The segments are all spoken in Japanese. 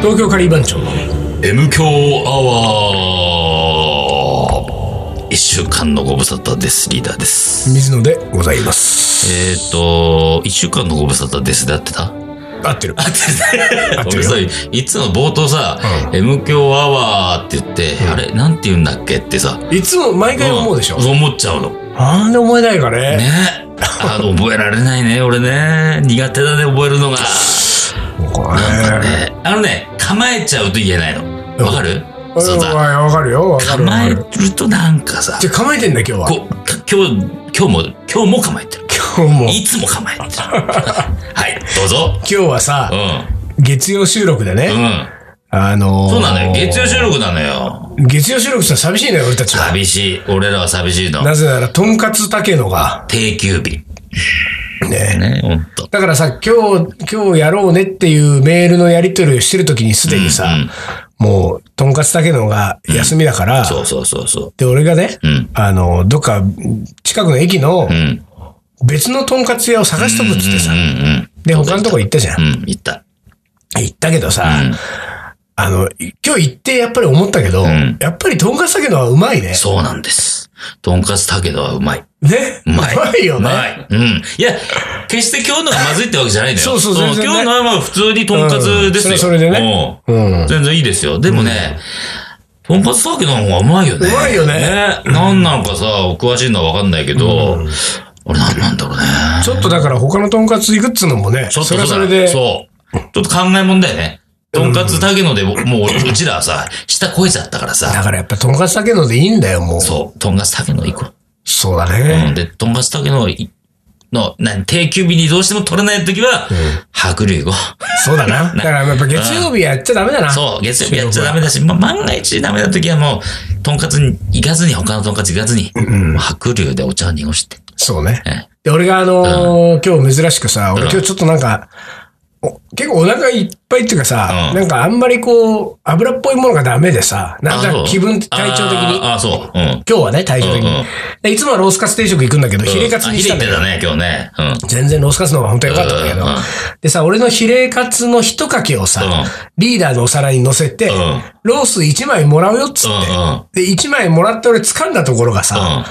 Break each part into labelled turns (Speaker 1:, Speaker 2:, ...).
Speaker 1: 東京カリー番長の
Speaker 2: M 強アワー一週間のご無沙汰です。リーダーです。
Speaker 1: 水野でございます。
Speaker 2: えっ、ー、と、一週間のご無沙汰ですで合ってた
Speaker 1: 合ってる。合
Speaker 2: 合
Speaker 1: ってるよ
Speaker 2: いつも冒頭さ、
Speaker 1: う
Speaker 2: M 強アワーって言って、あれ、なんて言うんだっけってさ。
Speaker 1: いつも毎回思うでしょ。
Speaker 2: ん思っちゃうの。
Speaker 1: なんで覚えないかね。
Speaker 2: ねあの、覚えられないね、俺ね。苦手だね、覚えるのが。
Speaker 1: なん
Speaker 2: なんか
Speaker 1: かね
Speaker 2: ね、あのね、構えちゃうと言えないの。わかる
Speaker 1: うん
Speaker 2: そうだ。
Speaker 1: わかるよ、わかる。
Speaker 2: 構
Speaker 1: わか
Speaker 2: える
Speaker 1: る
Speaker 2: となんかさ、
Speaker 1: じゃあ構えてんだ今日は。
Speaker 2: こ今日、今日も、今日も構えてる。
Speaker 1: 今日も。
Speaker 2: いつも構えてる。 はい、どうぞ。
Speaker 1: 今日はさ
Speaker 2: う、ん。
Speaker 1: 月曜収録でね。
Speaker 2: うん。
Speaker 1: あのー、
Speaker 2: そうなのよ。月曜収録なのよ。
Speaker 1: 月曜収録したら寂しいね、俺たちは。
Speaker 2: 寂しい。俺らは寂しいの。
Speaker 1: なぜなら、とんかつたけのが、
Speaker 2: 定休日。
Speaker 1: ね。
Speaker 2: ね、ほんと。
Speaker 1: だからさ、今日、今日やろうねっていうメールのやり取りをしてるときにすでにさ、もう、とんかつたけのが休みだから、
Speaker 2: そうそうそうそ
Speaker 1: で、俺がね、
Speaker 2: う。うん。
Speaker 1: あの、どっか、近くの駅の
Speaker 2: うん。うん
Speaker 1: 別のとんかつ屋を探しとくっつってさ、
Speaker 2: うん
Speaker 1: で、他のとこ行ったじゃん
Speaker 2: うん。。うん、言った。
Speaker 1: 行ったけどさ、
Speaker 2: うん
Speaker 1: あの、い今日行ってやっぱり思ったけど、
Speaker 2: ん
Speaker 1: やっぱりとんかつだけのはうまいね。
Speaker 2: そうなんです。とんかつたけどはうまい。
Speaker 1: ね。
Speaker 2: うまい。
Speaker 1: よ
Speaker 2: うま
Speaker 1: ね。
Speaker 2: い。うん。いや、決して今日のがまずいってわけじゃないんだよ。
Speaker 1: そうそう全然ね
Speaker 2: 今日のはまあ普通にとんかつですよ。
Speaker 1: うんそれはそれでね
Speaker 2: うん
Speaker 1: うん。
Speaker 2: 全然いいですよ。でもね、とんかつたけの方がうまいよね。
Speaker 1: うまいよね
Speaker 2: なんなのかさ、詳しいのはわかんないけど、俺なんなんだろうね。
Speaker 1: ちょっとだから他のとんかつ行くっつうのもね、
Speaker 2: ちょっ
Speaker 1: そ
Speaker 2: とそ
Speaker 1: れ
Speaker 2: うだ
Speaker 1: はそれで、
Speaker 2: そう。ちょっと考えもんだよね。とんかつたけので、もう、もううちらはさ、下超えちゃったから
Speaker 1: だ
Speaker 2: さ。
Speaker 1: からやっぱとんかつだけのでいいんだよ、もう。そう
Speaker 2: そう。とんかつたけの行こう。
Speaker 1: だ
Speaker 2: う
Speaker 1: ね
Speaker 2: ん。。で、とんかつたけのい、の、何、定休日にどうしても取れないときは、白龍行こ
Speaker 1: そうだ な。だからやっぱ月曜日やっちゃダメだな。
Speaker 2: う。そう、月曜日やっちゃダメだし、ま、万が一ダメなときはもう、とんかつに行かずに、他のとんかつ行かずに、白龍でお茶を濁して。
Speaker 1: そうね
Speaker 2: ええ。
Speaker 1: で、俺があのー今日珍しくさ、俺今日ちょっとなんか、お結構お腹いっぱいっていうかさ、
Speaker 2: うん
Speaker 1: なんかあんまりこう、油っぽいものがダメでさ、なん
Speaker 2: あそ
Speaker 1: か
Speaker 2: う
Speaker 1: 気分、体調的に。
Speaker 2: ああ、そう。うん。
Speaker 1: 今日はね、体調的に。
Speaker 2: うんうん
Speaker 1: でいつもはロースカツ定食行くんだけど、ヒレカツ
Speaker 2: あ
Speaker 1: に
Speaker 2: ヒ
Speaker 1: し
Speaker 2: レ
Speaker 1: たん
Speaker 2: っ
Speaker 1: だ
Speaker 2: て
Speaker 1: よ。
Speaker 2: たね、今日ね。うん。
Speaker 1: 全然ロースカツの方が本当は良かったんだけど。
Speaker 2: うんうんうん
Speaker 1: でさ、俺のヒレカツの一かけをさ、
Speaker 2: うん
Speaker 1: リーダーのお皿に乗せて、
Speaker 2: うん
Speaker 1: ロース1枚もらうよっつって。
Speaker 2: うんうん。
Speaker 1: で、1枚もらって俺掴んだところがさ、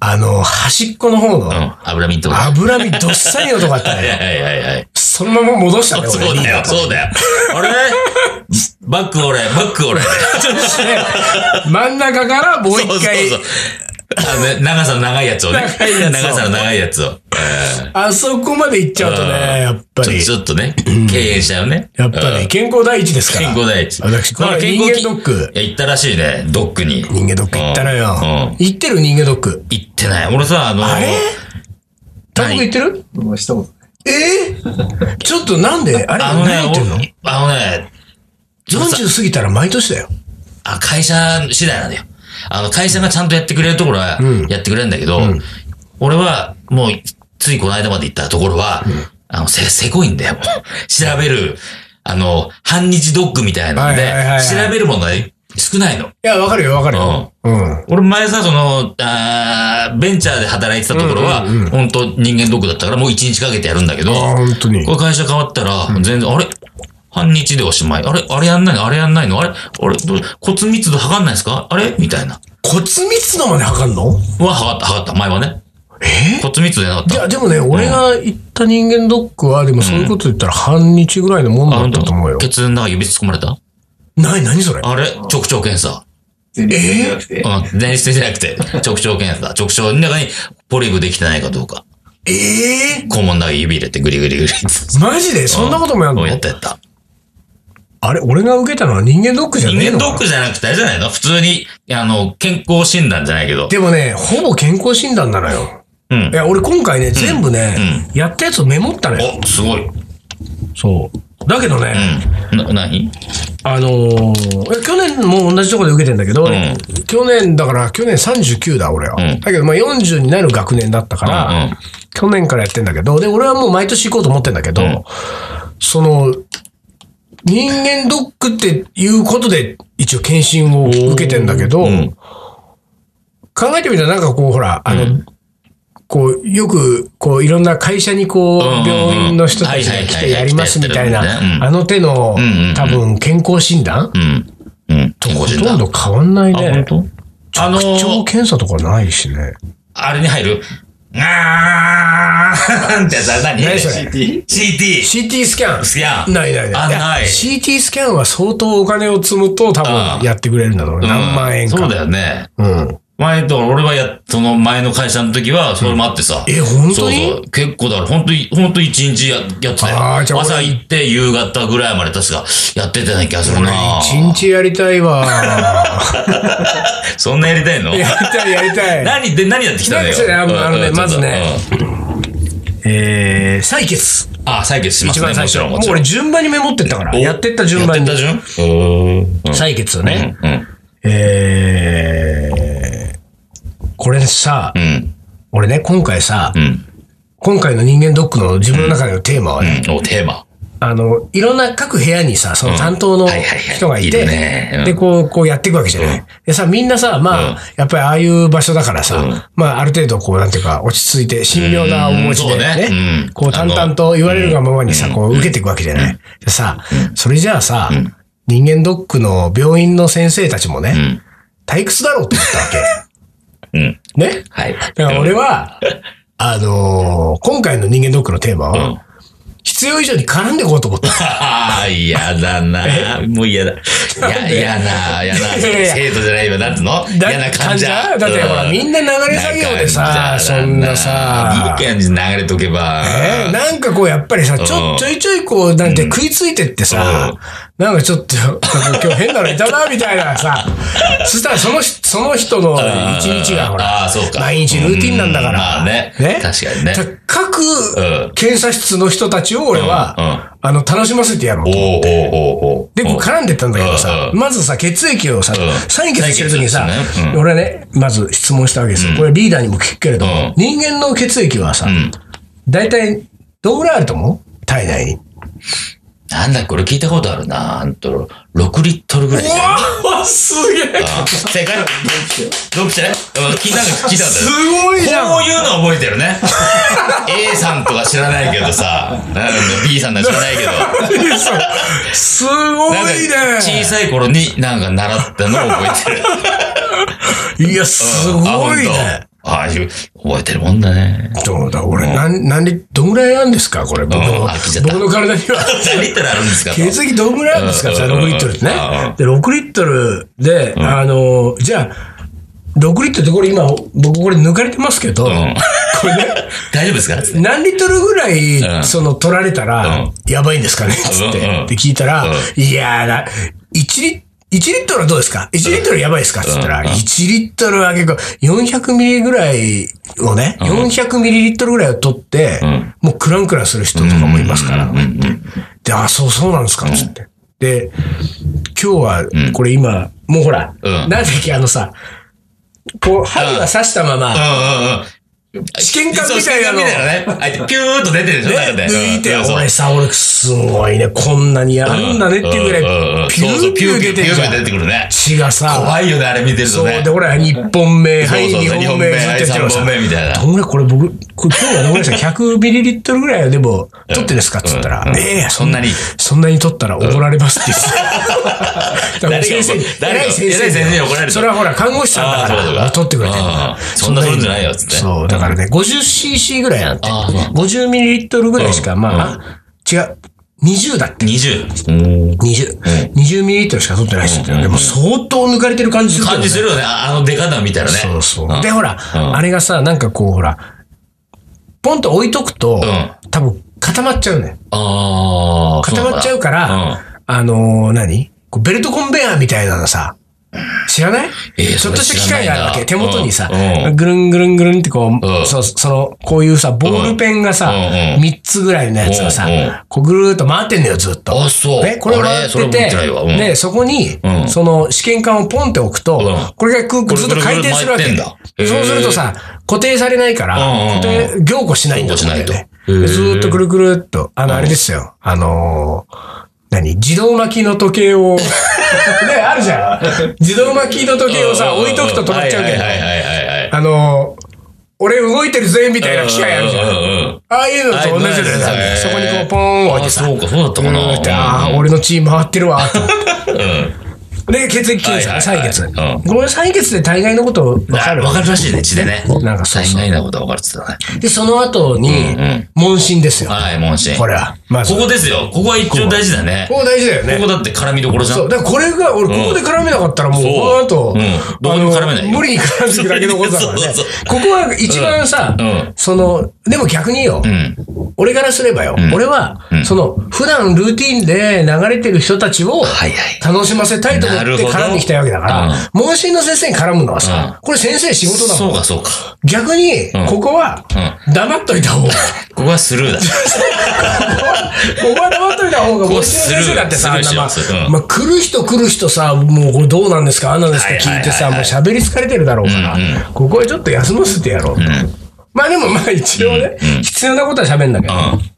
Speaker 1: あの、端っこの方の
Speaker 2: うん。うん。油身んとこ。
Speaker 1: 脂身どっさりのとこあった
Speaker 2: はい
Speaker 1: ね。
Speaker 2: はいはいはい。
Speaker 1: そのまま戻したね、
Speaker 2: そう
Speaker 1: 俺。
Speaker 2: だ
Speaker 1: リー
Speaker 2: よ、
Speaker 1: ダー
Speaker 2: そうだよ。あれバック俺、バック俺。
Speaker 1: で真ん中からもう一回、
Speaker 2: そうそうそうあのね長さの長いやつをね。
Speaker 1: 長いやつを
Speaker 2: 長さの長いやつを。
Speaker 1: あそこまで行っちゃうとね、やっぱ
Speaker 2: ちょ
Speaker 1: り
Speaker 2: ち。ょっとね、敬遠しちゃうね。
Speaker 1: やっぱ
Speaker 2: う
Speaker 1: り
Speaker 2: ん
Speaker 1: 健康第一ですから。
Speaker 2: 健康第一。
Speaker 1: 私、こ
Speaker 2: だか
Speaker 1: の
Speaker 2: ら
Speaker 1: 人間ドック
Speaker 2: い。や、行ったらしいね、ドックに。
Speaker 1: 人間ドック行ったのよ
Speaker 2: うんうん。
Speaker 1: 行ってる人間ドック。
Speaker 2: 行ってない。俺さ、あの、
Speaker 1: あれタコ
Speaker 2: 何
Speaker 1: 行ってるえーちょっとなんであれ
Speaker 2: あの
Speaker 1: 何言ってんの
Speaker 2: ね、おあのね、
Speaker 1: ?40 過ぎたら毎年だよ。
Speaker 2: あ会社次第なんだよ。あの、会社がちゃんとやってくれるところはやってくれるんだけど、俺はもう、ついこの間まで行ったところは、あの、せ、せこいんだよ。もう調べる、あの、半日ドッグみたいなんで、
Speaker 1: はいはいはいはい
Speaker 2: 調べるものが少ないの。
Speaker 1: いや、わかるよ、わかるよ。うん。
Speaker 2: 俺前さ、その、あーベンチャーで働いてたところは、本当人間ドッグだったからもう一日かけてやるんだけど、
Speaker 1: あー本当に
Speaker 2: これ会社変わったら、全然、あれ半日でおしまい。あれあれやんないのあれやんないのあれあれどう骨密度測んないですかあれみたいな。
Speaker 1: 骨密度まで測んの
Speaker 2: は、測った、測った。前はね。
Speaker 1: え
Speaker 2: 骨密度じゃなかっ
Speaker 1: い
Speaker 2: た。
Speaker 1: や、でもね、俺が行った人間ドックは、でもそういうこと言ったら半日ぐらいのもんだ
Speaker 2: あ
Speaker 1: っ
Speaker 2: 本
Speaker 1: たと思うよ
Speaker 2: 当。血の中指突っ込まれた
Speaker 1: なに、なにそれ
Speaker 2: あれ直腸検査。
Speaker 3: 全然じゃなくて、
Speaker 2: うん。前立腺じゃなくて、直腸検査。直腸の中にポリープできてないかどうか。
Speaker 1: ええ
Speaker 2: 肛門の中に指入れてグリグリグリって。
Speaker 1: マジでそんなこともやんの
Speaker 2: うんやったやった。
Speaker 1: あれ俺が受けたのは人間ドックじゃねえ
Speaker 2: 人間
Speaker 1: の
Speaker 2: ドックじゃなくてあれじゃないの普通に、あの、健康診断じゃないけど。
Speaker 1: でもね、ほぼ健康診断なのよ。
Speaker 2: うん
Speaker 1: い。や、俺今回ね、全部ね、やったやつをメモったのよ。
Speaker 2: お、すごい。うん。
Speaker 1: そう。だけどね、
Speaker 2: な、何
Speaker 1: あのーいや去年も同じところで受けてんだけど、
Speaker 2: ん
Speaker 1: 去年、だから去年39だ、俺は。
Speaker 2: ん
Speaker 1: だけど、まあ40になる学年だったから、
Speaker 2: うんうん
Speaker 1: 去年からやってんだけど、で、俺はもう毎年行こうと思ってんだけど、
Speaker 2: うん
Speaker 1: その、人間ドックっていうことで、一応検診を受けてんだけど、
Speaker 2: うん
Speaker 1: 考えてみたらなんかこう、ほら、あの、こう、よく、こう、いろんな会社にこう、
Speaker 2: うんうんうん
Speaker 1: 病院の人たちが来てやりますみたい
Speaker 2: はいはいはいはい来てやってるみたいなねうん
Speaker 1: な、あの手の
Speaker 2: んうんうん、
Speaker 1: 多分、健康診断
Speaker 2: うん。うん。と
Speaker 1: ほとんど変わんない
Speaker 2: あ、本
Speaker 1: ね。
Speaker 2: 当？あの
Speaker 1: 口
Speaker 2: ー
Speaker 1: 調検査とかないしね。
Speaker 2: あれに入るあーんってやつ、あれ何
Speaker 1: 何それ
Speaker 2: ?CT? CT。
Speaker 1: CT スキャン
Speaker 2: スキャン。
Speaker 1: ないないない
Speaker 2: あ、ない
Speaker 1: や。CT スキャンは相当お金を積むと多
Speaker 2: ああ
Speaker 1: 分やってくれるんだろうね。何万円か。
Speaker 2: うんそうだよね。
Speaker 1: うん。
Speaker 2: 前と、俺はや、その前の会社の時は、それもあってさ。
Speaker 1: え本当に
Speaker 2: そうそう。結構だから、本当に、本当に一日ややってた
Speaker 1: あーじゃ
Speaker 2: よ。
Speaker 1: あ俺
Speaker 2: 朝行って、夕方ぐらいまで確か、やってたような気がするな。
Speaker 1: 一日やりたいわ。
Speaker 2: そんな やりたいの
Speaker 1: やりたい、やりたい。
Speaker 2: 何で、何やってきたの
Speaker 1: 何
Speaker 2: よ
Speaker 1: それあのあのね
Speaker 2: うん
Speaker 1: まずね。
Speaker 2: うん
Speaker 1: えー、採血。
Speaker 2: あ、採血します
Speaker 1: 一
Speaker 2: ね。
Speaker 1: 番最初。
Speaker 2: も
Speaker 1: もう
Speaker 2: ちろん
Speaker 1: 俺順番にメモってったから。
Speaker 2: お
Speaker 1: やってった順番に。
Speaker 2: やってった順うん
Speaker 1: 採血をね。
Speaker 2: うん。
Speaker 1: えー、これさ、
Speaker 2: うん。
Speaker 1: 俺ね、今回さ、
Speaker 2: うん。
Speaker 1: 今回の人間ドックの自分の中でのテーマはね、
Speaker 2: うん。お、テーマ。
Speaker 1: あの、いろんな各部屋にさ、その担当の
Speaker 2: うんはいはいはい
Speaker 1: 人がい
Speaker 2: い
Speaker 1: て
Speaker 2: るねうん、
Speaker 1: で、こう、こうやっていくわけじゃない。でさ、みんなさ、ま
Speaker 2: うん
Speaker 1: あ、やっぱりああいう場所だからさ
Speaker 2: うん、
Speaker 1: まあ、ある程度こう、なんていうか、落ち着いて、神妙な面持ちで
Speaker 2: うんそうねう
Speaker 1: ね
Speaker 2: ん、
Speaker 1: こう、淡々と言われるがままにさ、こう、受けていくわけじゃない。でさ、それじゃあさ、人間ドックの病院の先生たちも
Speaker 2: う
Speaker 1: ね、
Speaker 2: ん。
Speaker 1: 退屈だろうって言ったわ
Speaker 2: うん。
Speaker 1: け。ね
Speaker 2: はい。
Speaker 1: だから俺は、あのー今回の人間ドックのテーマ
Speaker 2: うん
Speaker 1: は、必要以上に絡んでいこうと思った。
Speaker 2: ああ、 嫌だな。もう嫌だ。い
Speaker 1: な
Speaker 2: や、
Speaker 1: んで
Speaker 2: 嫌な、嫌な。
Speaker 1: いやいや
Speaker 2: 生徒じゃないよ。なんつうの
Speaker 1: だ
Speaker 2: 嫌な患者。
Speaker 1: だってほら、みんな流れ作業でさ、そんなさ
Speaker 2: いい、感じに流れとけば。
Speaker 1: えなんかこう、やっぱりさ、ち
Speaker 2: うん
Speaker 1: ょ、ちょいちょいこう、なんて食いついてってさ、なんかちょっと、なんか今日変なのいたな、みたいな さ、そしたらそのし、その人の一日がほら、
Speaker 2: ああ、そうか。
Speaker 1: 毎日ルーティンなんだか
Speaker 2: うま
Speaker 1: ら。
Speaker 2: あね。確かにね。
Speaker 1: だから
Speaker 2: うん
Speaker 1: 各検査室の人たちを俺は、あの、楽しませてやろう
Speaker 2: お
Speaker 1: と。
Speaker 2: ーおーおーお
Speaker 1: で、
Speaker 2: ー
Speaker 1: こう絡んでったんだけどさ、
Speaker 2: うん
Speaker 1: まずさ、血液をさ、
Speaker 2: ん
Speaker 1: 採血してるときにさ
Speaker 2: 採血ですね、うん
Speaker 1: 俺はね、まず質問したわけですよ。これリーダーにも聞くけれど
Speaker 2: うん
Speaker 1: も、人間の血液はさ
Speaker 2: ん、
Speaker 1: 大体、どんぐらいあると思う体内に。
Speaker 2: なんだっけ、これ聞いたことあるな。あんと、6リットルぐらい。
Speaker 1: わあすげえ
Speaker 2: あ正解 ?6 じゃないうん聞いたの聞いたことある。
Speaker 1: ごいじゃ
Speaker 2: こうんいうの覚えてるね。A さんとか知らないけどさ、なんか B さんとか知らないけど、
Speaker 1: すご
Speaker 2: なんか
Speaker 1: い
Speaker 2: 小
Speaker 1: ね
Speaker 2: さい頃になんか習ったのを覚えてる。
Speaker 1: いや、す
Speaker 2: あ
Speaker 1: ご
Speaker 2: ほん
Speaker 1: い
Speaker 2: と
Speaker 1: ね。
Speaker 2: ああいう、覚えてるもんだね。
Speaker 1: どうだ、俺、なん、なんで、どんぐらいあるんですかこれ、僕
Speaker 2: うん
Speaker 1: の
Speaker 2: あ聞いちゃっ、た
Speaker 1: 僕の体には。
Speaker 2: 何リットルあるんですかと
Speaker 1: 血液どんぐらいあるんですか
Speaker 2: うん
Speaker 1: じゃあ6リットルってね
Speaker 2: うん。
Speaker 1: で、6リットルで、あの、じゃあ、6リットルってこれ今、僕これ抜かれてますけど、こ
Speaker 2: ん
Speaker 1: れね、
Speaker 2: 大丈夫ですかつって
Speaker 1: 何リットルぐら
Speaker 2: うん
Speaker 1: い、その、取られた
Speaker 2: う
Speaker 1: ら
Speaker 2: ん、
Speaker 1: やばいんですかねつって、
Speaker 2: うんうん
Speaker 1: って聞いたら、いやーな、1リットル、1リットルはどうですか ?1 リットルやばいですかって言ったら、
Speaker 2: うん
Speaker 1: 1リットルは結構、400ミリぐらいをね、400ミリリットルぐらいを取って
Speaker 2: ん、
Speaker 1: もうクランクランする人とかもいますから、で、あ、そうそうなんですか、つって。で、今日は、これ今、もうほら、
Speaker 2: うん
Speaker 1: なんだっけ、あのさ、こう、針は刺したまま、
Speaker 2: うんうんうん。
Speaker 1: 試験管みたいなの
Speaker 2: そう試験管みたいなね。あピューっと出てるでしょ、
Speaker 1: ね、
Speaker 2: 中で
Speaker 1: 抜いて、
Speaker 2: うんそう
Speaker 1: 俺さ、俺すごいね、こんなにやるんだねっていうぐら
Speaker 2: んんう
Speaker 1: い、
Speaker 2: ん
Speaker 1: ピュ
Speaker 2: そうそう
Speaker 1: ーピュー出てるじゃ
Speaker 2: ピューピュー出て
Speaker 1: ん。
Speaker 2: くるね。
Speaker 1: 血がさ、
Speaker 2: 怖いよね、あれ見てる
Speaker 1: そ
Speaker 2: と
Speaker 1: う、
Speaker 2: ね。
Speaker 1: で、俺は1本目、はい、
Speaker 2: そうそう
Speaker 1: 2本目、ずっ
Speaker 2: はい
Speaker 1: とやってる
Speaker 2: 三
Speaker 1: さ
Speaker 2: 本目みたいな
Speaker 1: どんぐらいこれ僕、これ今日はどんぐらいですか ?100 ミリリットルぐらいはでも、取ってですかって言った
Speaker 2: うんう
Speaker 1: ら、
Speaker 2: ん
Speaker 1: ええ、
Speaker 2: そんなに
Speaker 1: そんなに取ったら怒られますって言っ てた。
Speaker 2: 誰が
Speaker 1: 先生に、
Speaker 2: 誰が
Speaker 1: 偉い先
Speaker 2: 偉い先生
Speaker 1: 生
Speaker 2: に怒られる
Speaker 1: それはほら、看護師さんだ
Speaker 2: あーそう
Speaker 1: か
Speaker 2: だ
Speaker 1: ら、取ってくれてる
Speaker 2: あーそんな取るんじゃないよっつって
Speaker 1: そう、だからね、50cc ぐらいなんて、
Speaker 2: あーそう
Speaker 1: 50ミリリットルぐらいしか、
Speaker 2: うん
Speaker 1: まあ、違う、20だって。
Speaker 2: 20。
Speaker 1: 20、20ミリリットルしか取ってないし、でも相当抜かれてる感じするけど
Speaker 2: 感
Speaker 1: ね
Speaker 2: じするよね。ああの出方を見たらね。
Speaker 1: そうそう。
Speaker 2: ん
Speaker 1: で、ほら、
Speaker 2: うん
Speaker 1: あれがさ、なんかこう、ほら、ポンと置いとくと、
Speaker 2: ん
Speaker 1: 多分固まっちゃうね。
Speaker 2: ああ。
Speaker 1: 固まっちゃうから、
Speaker 2: うん
Speaker 1: あのー何こうベルトコンベヤーみたいなのさ、知らない、
Speaker 2: えー
Speaker 1: ちょっとした機械があるわけ。
Speaker 2: そ
Speaker 1: 手
Speaker 2: れ知らないな
Speaker 1: 元にさ、
Speaker 2: うんうん
Speaker 1: ぐるんぐるんぐるんってこう、
Speaker 2: うん
Speaker 1: そうその、こういうさ、ボールペンがさ、
Speaker 2: うんうん
Speaker 1: 3つぐらいのやつがさ、
Speaker 2: うんうん
Speaker 1: こうぐるーっと回ってんのよ、ずっと。
Speaker 2: あそう
Speaker 1: ね、これ回っ
Speaker 2: あれそれ
Speaker 1: て
Speaker 2: 覚
Speaker 1: て、
Speaker 2: えてないわうん
Speaker 1: で、そこに、
Speaker 2: うん
Speaker 1: その試験管をポンって置くと、
Speaker 2: うん
Speaker 1: これが空
Speaker 2: こ
Speaker 1: 空
Speaker 2: れ
Speaker 1: ずっと回転するわけ
Speaker 2: ぐるぐる回ってんだ
Speaker 1: そ
Speaker 2: へー
Speaker 1: うするとさ、固定されないから、
Speaker 2: うんうんう
Speaker 1: 固
Speaker 2: ん
Speaker 1: 定、凝固しないんだと思うんだよね。
Speaker 2: 凝固しないとへー
Speaker 1: ずーっとくるくるっと、あの、あれですよ、あのー何自動巻きの時計 を、ね、あるじゃん。自動巻きの時計をさ、
Speaker 2: うんうんうん
Speaker 1: 置いとくと止まっちゃうけど
Speaker 2: は、いはいはいはいはい。
Speaker 1: あのー俺動いてるぜ、みたいな機械あるじゃん。
Speaker 2: うんうんうん
Speaker 1: ああいうのと同じだよ
Speaker 2: あ
Speaker 1: ね。
Speaker 2: れ
Speaker 1: そこにこう、ポーン置いてさ。
Speaker 2: あそうかそうだったかな
Speaker 1: うんってあ
Speaker 2: うん
Speaker 1: あ、俺の血回ってるわ、と思って
Speaker 2: うん。
Speaker 1: で、血液検査、
Speaker 2: はい
Speaker 1: 採
Speaker 2: はいはい
Speaker 1: 血。
Speaker 2: うん
Speaker 1: これ採血で大概のこと分かる
Speaker 2: わかるらしいね、血でね。
Speaker 1: なんかそうそう
Speaker 2: 大概なことは分かるって言ってたね。
Speaker 1: で、その後に
Speaker 2: うんうん、
Speaker 1: 問診ですよ。
Speaker 2: はい、問診。
Speaker 1: これは。まず。
Speaker 2: こ
Speaker 1: こ
Speaker 2: こですよ。ここは一応大事だね。こ
Speaker 1: こ大事だよね
Speaker 2: こ。だって絡みどころじゃん。
Speaker 1: そう。だからこれが、俺、ここで絡めなかったら、もう、
Speaker 2: そう
Speaker 1: この後、
Speaker 2: うんどこにも絡めない
Speaker 1: あの無理に絡んでいくだけのことだからね
Speaker 2: そうそう。
Speaker 1: ここは一番さ
Speaker 2: うんうん、
Speaker 1: その、でも逆によ
Speaker 2: う、ん。
Speaker 1: 俺からすればよ、俺は
Speaker 2: う、ん
Speaker 1: その、普段ルーティンで流れてる人たちを、
Speaker 2: はいはい。
Speaker 1: 楽しませたいと思っ
Speaker 2: なる
Speaker 1: て
Speaker 2: ほど
Speaker 1: 絡んできたわけだから、問診の先生に絡むのはさ、これ先生仕事だも
Speaker 2: そ
Speaker 1: ん
Speaker 2: う。か、そうか。
Speaker 1: 逆に
Speaker 2: ん、
Speaker 1: ここは、黙っといた 方が、
Speaker 2: ここはスルーだ。
Speaker 1: お前黙っといた方が、
Speaker 2: こ
Speaker 1: もちろ
Speaker 2: う
Speaker 1: ん先生だってさ、あんな
Speaker 2: スル
Speaker 1: ま
Speaker 2: ーしよう
Speaker 1: あ
Speaker 2: うん
Speaker 1: まあ、来る人来る人さ、もうこれどうなんですか、あんなんですか
Speaker 2: はい
Speaker 1: 聞いてさ、
Speaker 2: はい
Speaker 1: もう
Speaker 2: はい
Speaker 1: 喋り疲れてるだろうから
Speaker 2: うんう、
Speaker 1: ここはちょっと休ませてやろうと。まあでもまあ一応ね、必要なことは喋んだけど、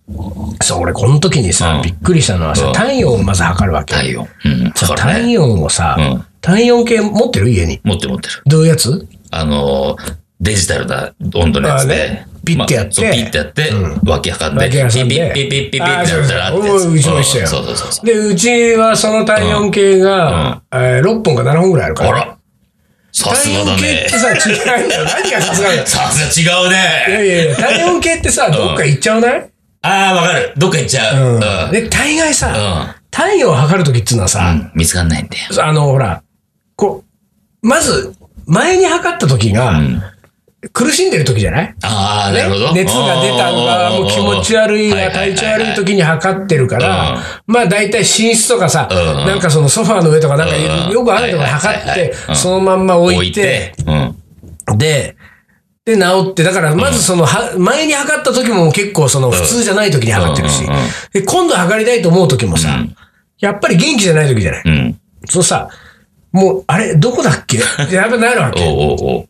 Speaker 2: うん。
Speaker 1: そう、俺この時に
Speaker 2: う
Speaker 1: さ
Speaker 2: ん、
Speaker 1: びっくりしたのは
Speaker 2: う
Speaker 1: さ、
Speaker 2: ん
Speaker 1: 体温をまず測るわけ。
Speaker 2: 体温。うん。だからね。
Speaker 1: 体温をさ
Speaker 2: うん、
Speaker 1: 体温計持ってる家に。
Speaker 2: 持ってる持ってる。
Speaker 1: どういうやつ
Speaker 2: あのー、デジタルな温度のやつ
Speaker 1: あー
Speaker 2: で
Speaker 1: ね。ピッてやって
Speaker 2: まあそうピッてやって、脇測んで、
Speaker 1: 脇
Speaker 2: ピ
Speaker 1: 測んで
Speaker 2: ッピッピッピッピッピッってやったら
Speaker 1: あ
Speaker 2: あ
Speaker 1: ー
Speaker 2: って
Speaker 1: そうそうおー
Speaker 2: やつ。
Speaker 1: うちも一緒よ
Speaker 2: んそうそうそうそう。
Speaker 1: で、うちはその体温計が、えー6本か7本ぐらいあるから。
Speaker 2: あら。さす
Speaker 1: 体
Speaker 2: がだ
Speaker 1: 温計っ
Speaker 2: ね
Speaker 1: て。さ、違うんだよ。何がさすがだよ。
Speaker 2: さすが違う
Speaker 1: いや
Speaker 2: ね。
Speaker 1: いやいや、体温計ってさ、どっか行っちゃうない、
Speaker 2: ああ、わかる。どっか行っちゃう。うん。
Speaker 1: うん、で、大概さ、
Speaker 2: う
Speaker 1: 体温を測るときっていうのはさ、
Speaker 2: ん。うん。見つかんないんだよ。
Speaker 1: あの、ほら、こう、まず、前に測ったときが、
Speaker 2: ん
Speaker 1: 苦しんでるときじゃない、
Speaker 2: ああ、
Speaker 1: ね
Speaker 2: なるほど。
Speaker 1: 熱が出たのか、もう気持ち悪いな、体調悪い
Speaker 2: き。
Speaker 1: 時に測ってるか
Speaker 2: うん
Speaker 1: ら、まあ大体寝室とかさ、
Speaker 2: うん
Speaker 1: なんかそのソファーの上とかなんか
Speaker 2: うん
Speaker 1: よくあるとこに測っ
Speaker 2: はいはい
Speaker 1: て
Speaker 2: はいは、い
Speaker 1: そのまんま置
Speaker 2: 置
Speaker 1: い
Speaker 2: い
Speaker 1: て
Speaker 2: て、、うん。
Speaker 1: で、で、治って、だから、まずその、は前に測った時も結構その、普通じゃない時に測ってるし
Speaker 2: うんうんうん、
Speaker 1: で、今度測りたいと思う時もさ、やっぱり元気じゃない時じゃない
Speaker 2: うん。
Speaker 1: そうさ、もう、あれ、どこだっけやばいなるわけ。
Speaker 2: おうおうおう。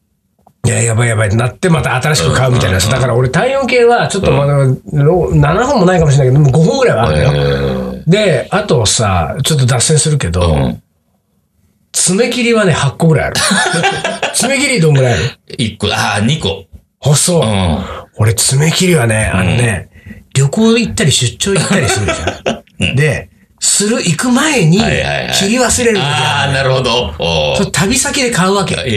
Speaker 1: いや、やばいやばいってなって、また新しく買うみたいなさ。だから俺、体温計は、ちょっとまだ、7本もないかもしれないけど、もう5本ぐらいはあるのよ。
Speaker 2: え
Speaker 1: で、あとさ、ちょっと脱線するけど、
Speaker 2: ーうん。
Speaker 1: 爪切りはね、8個ぐ らいある。爪切りどんぐらいある
Speaker 2: 一個、ああ、二個。
Speaker 1: 細、
Speaker 2: うん。
Speaker 1: 俺、爪切りはね、あのね、旅行行ったり出張行ったりするじゃん。で、する、行く前に、切
Speaker 2: はいはいはい
Speaker 1: り忘れる時
Speaker 2: あ
Speaker 1: あ
Speaker 2: あ、なるほど。お
Speaker 1: る。そ
Speaker 2: う
Speaker 1: れ旅先で買うわけ。
Speaker 2: え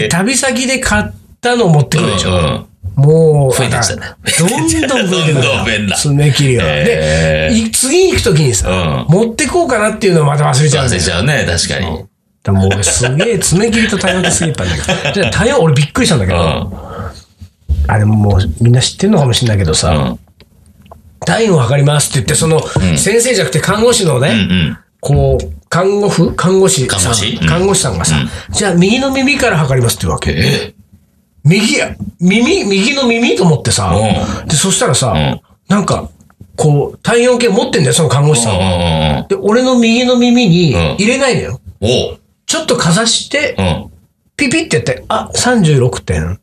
Speaker 1: で
Speaker 2: え。
Speaker 1: 旅先で買ったのを持ってくるでしょ。
Speaker 2: うん
Speaker 1: もう、
Speaker 2: 増えてきたね
Speaker 1: どんどん増えてくる
Speaker 2: どんどん増えんだ
Speaker 1: 爪切りは。
Speaker 2: へ
Speaker 1: で、い次に行くときにさ、
Speaker 2: う
Speaker 1: 持ってこうかなっていうのをまた忘れちゃう
Speaker 2: 忘
Speaker 1: んだ
Speaker 2: れ
Speaker 1: よ。
Speaker 2: ちゃうね、確か
Speaker 1: だ
Speaker 2: に。
Speaker 1: からもう俺すげえ爪切りと体温計すげえいっぱいあるんだけど。で体温俺びっくりしたんだけ
Speaker 2: う
Speaker 1: ど、
Speaker 2: ん。
Speaker 1: あれもうみんな知ってんのかもしれないけど
Speaker 2: う
Speaker 1: さ、
Speaker 2: ん。
Speaker 1: 体温を測りますって言って、その先生じゃなくて看護師の
Speaker 2: う
Speaker 1: ね、
Speaker 2: ん
Speaker 1: こう、看護婦看護師
Speaker 2: 看
Speaker 1: さ
Speaker 2: 護師うん
Speaker 1: ん、看護師さんがさ、じゃあ右の耳から測りますって言うわけ。
Speaker 2: うん。え
Speaker 1: 右や、耳、右の耳と思ってさ、
Speaker 2: う
Speaker 1: で、そしたらさ、
Speaker 2: ん
Speaker 1: なんか、こう、体温計持ってんだよ、その看護師
Speaker 2: うん
Speaker 1: さん
Speaker 2: う
Speaker 1: は。
Speaker 2: んうん。
Speaker 1: で、俺の右の耳に
Speaker 2: うん
Speaker 1: 入れないのよ。
Speaker 2: おう。
Speaker 1: ちょっとかざして
Speaker 2: う、ん。
Speaker 1: ピピってやって、あ、36点。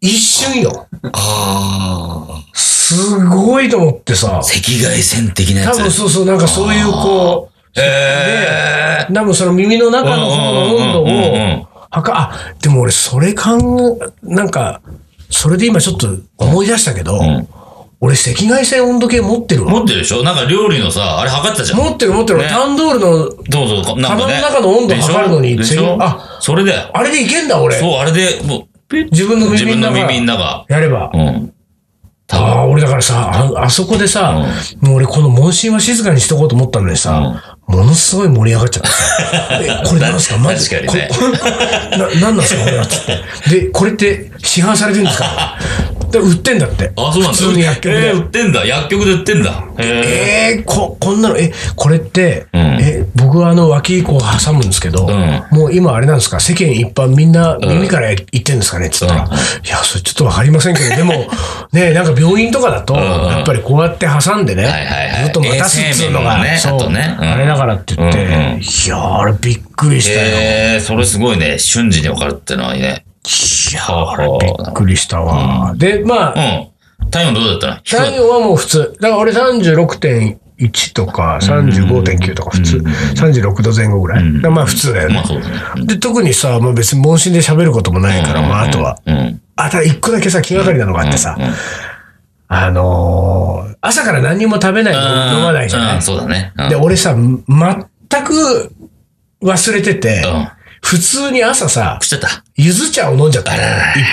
Speaker 1: 一瞬よ。
Speaker 2: ああ。
Speaker 1: すごいと思ってさ、
Speaker 2: 赤外線的なや
Speaker 1: 多
Speaker 2: つ。
Speaker 1: 分そうそう、なんかそういうこう、
Speaker 2: ええ。
Speaker 1: 多分その耳の中の方の温度
Speaker 2: うんうんうんうんう
Speaker 1: を
Speaker 2: ん、
Speaker 1: はか、あ、でも俺それかん、なんか、それで今ちょっと思い出したけど、
Speaker 2: ん
Speaker 1: 俺赤外線温度計持ってるわ。
Speaker 2: 持ってるでしょなんか料理のさ、あれ測ってたじゃん。
Speaker 1: 持ってる持ってる。
Speaker 2: ね
Speaker 1: タンドールの
Speaker 2: どうぞ、なんかね。
Speaker 1: 棚の中の温度
Speaker 2: でしょ
Speaker 1: 測るのに
Speaker 2: でしょ
Speaker 1: あ
Speaker 2: それだよ。
Speaker 1: あれでいけんだ、俺。
Speaker 2: そう、あれで、もう、ピッ
Speaker 1: 自分の
Speaker 2: 自
Speaker 1: 耳
Speaker 2: 分
Speaker 1: の
Speaker 2: の
Speaker 1: 中。
Speaker 2: 耳の中。
Speaker 1: やれば。
Speaker 2: うん。多
Speaker 1: あ
Speaker 2: 分。
Speaker 1: あ、俺だからさ、ああそこでさ、もう俺この問診は静かにしとこうと思ったのにさ、ものすごい盛り上がっちゃって さ、えこれなんすかマジ
Speaker 2: 確かにね
Speaker 1: ここな、なんなんすかこれはっつ って。で、これって市販されてるんですかで売ってんだって。
Speaker 2: あ、そうなん
Speaker 1: 普
Speaker 2: だ。
Speaker 1: 通に薬局で
Speaker 2: えー売ってんだ。薬局で売ってんだ。へえ。
Speaker 1: えー、こ、こんなの、え、これって、
Speaker 2: ん
Speaker 1: え、僕はあの脇こう挟むんですけど、
Speaker 2: ん
Speaker 1: もう今あれなんですか、世間一般みんな耳から言ってんですかねって言ったら、
Speaker 2: うん
Speaker 1: いや、それちょっとわかりませんけ ど、でも、ね、なんか病院とかだと、
Speaker 2: ん
Speaker 1: やっぱりこうやって挟んでね、
Speaker 2: はいはいはい
Speaker 1: ずっと待たすっていうのが、
Speaker 2: 衛生面もね
Speaker 1: そう
Speaker 2: あとねうん
Speaker 1: あれだからって言って、
Speaker 2: うんうん
Speaker 1: いやー、あれびっくりしたよ。
Speaker 2: えー、それすごいね。瞬時に分かるってのはいいね。
Speaker 1: いやー、あれびっくりしたわ。で、まあ、
Speaker 2: うん。体温どうだったの低かっ
Speaker 1: 体温はもう普通。だから俺36.1とか35.9とか普通。36度前後ぐらい。だからまあ普通だよ
Speaker 2: たま
Speaker 1: ね
Speaker 2: あ。そうだね。
Speaker 1: で、特にさ、まあ別に問診で喋ることもないから、まああとは。
Speaker 2: うん。
Speaker 1: あ、ただ一個だけさ、気がかりなのがあってさ、あのー朝から何にも食べない、飲
Speaker 2: うん
Speaker 1: まないじゃな
Speaker 2: うん
Speaker 1: い
Speaker 2: そうだね。うん
Speaker 1: で、俺さ、全く忘れてて、
Speaker 2: うん
Speaker 1: 普通に朝さ、
Speaker 2: 食っちゃった。
Speaker 1: ゆず茶を飲んじゃったの一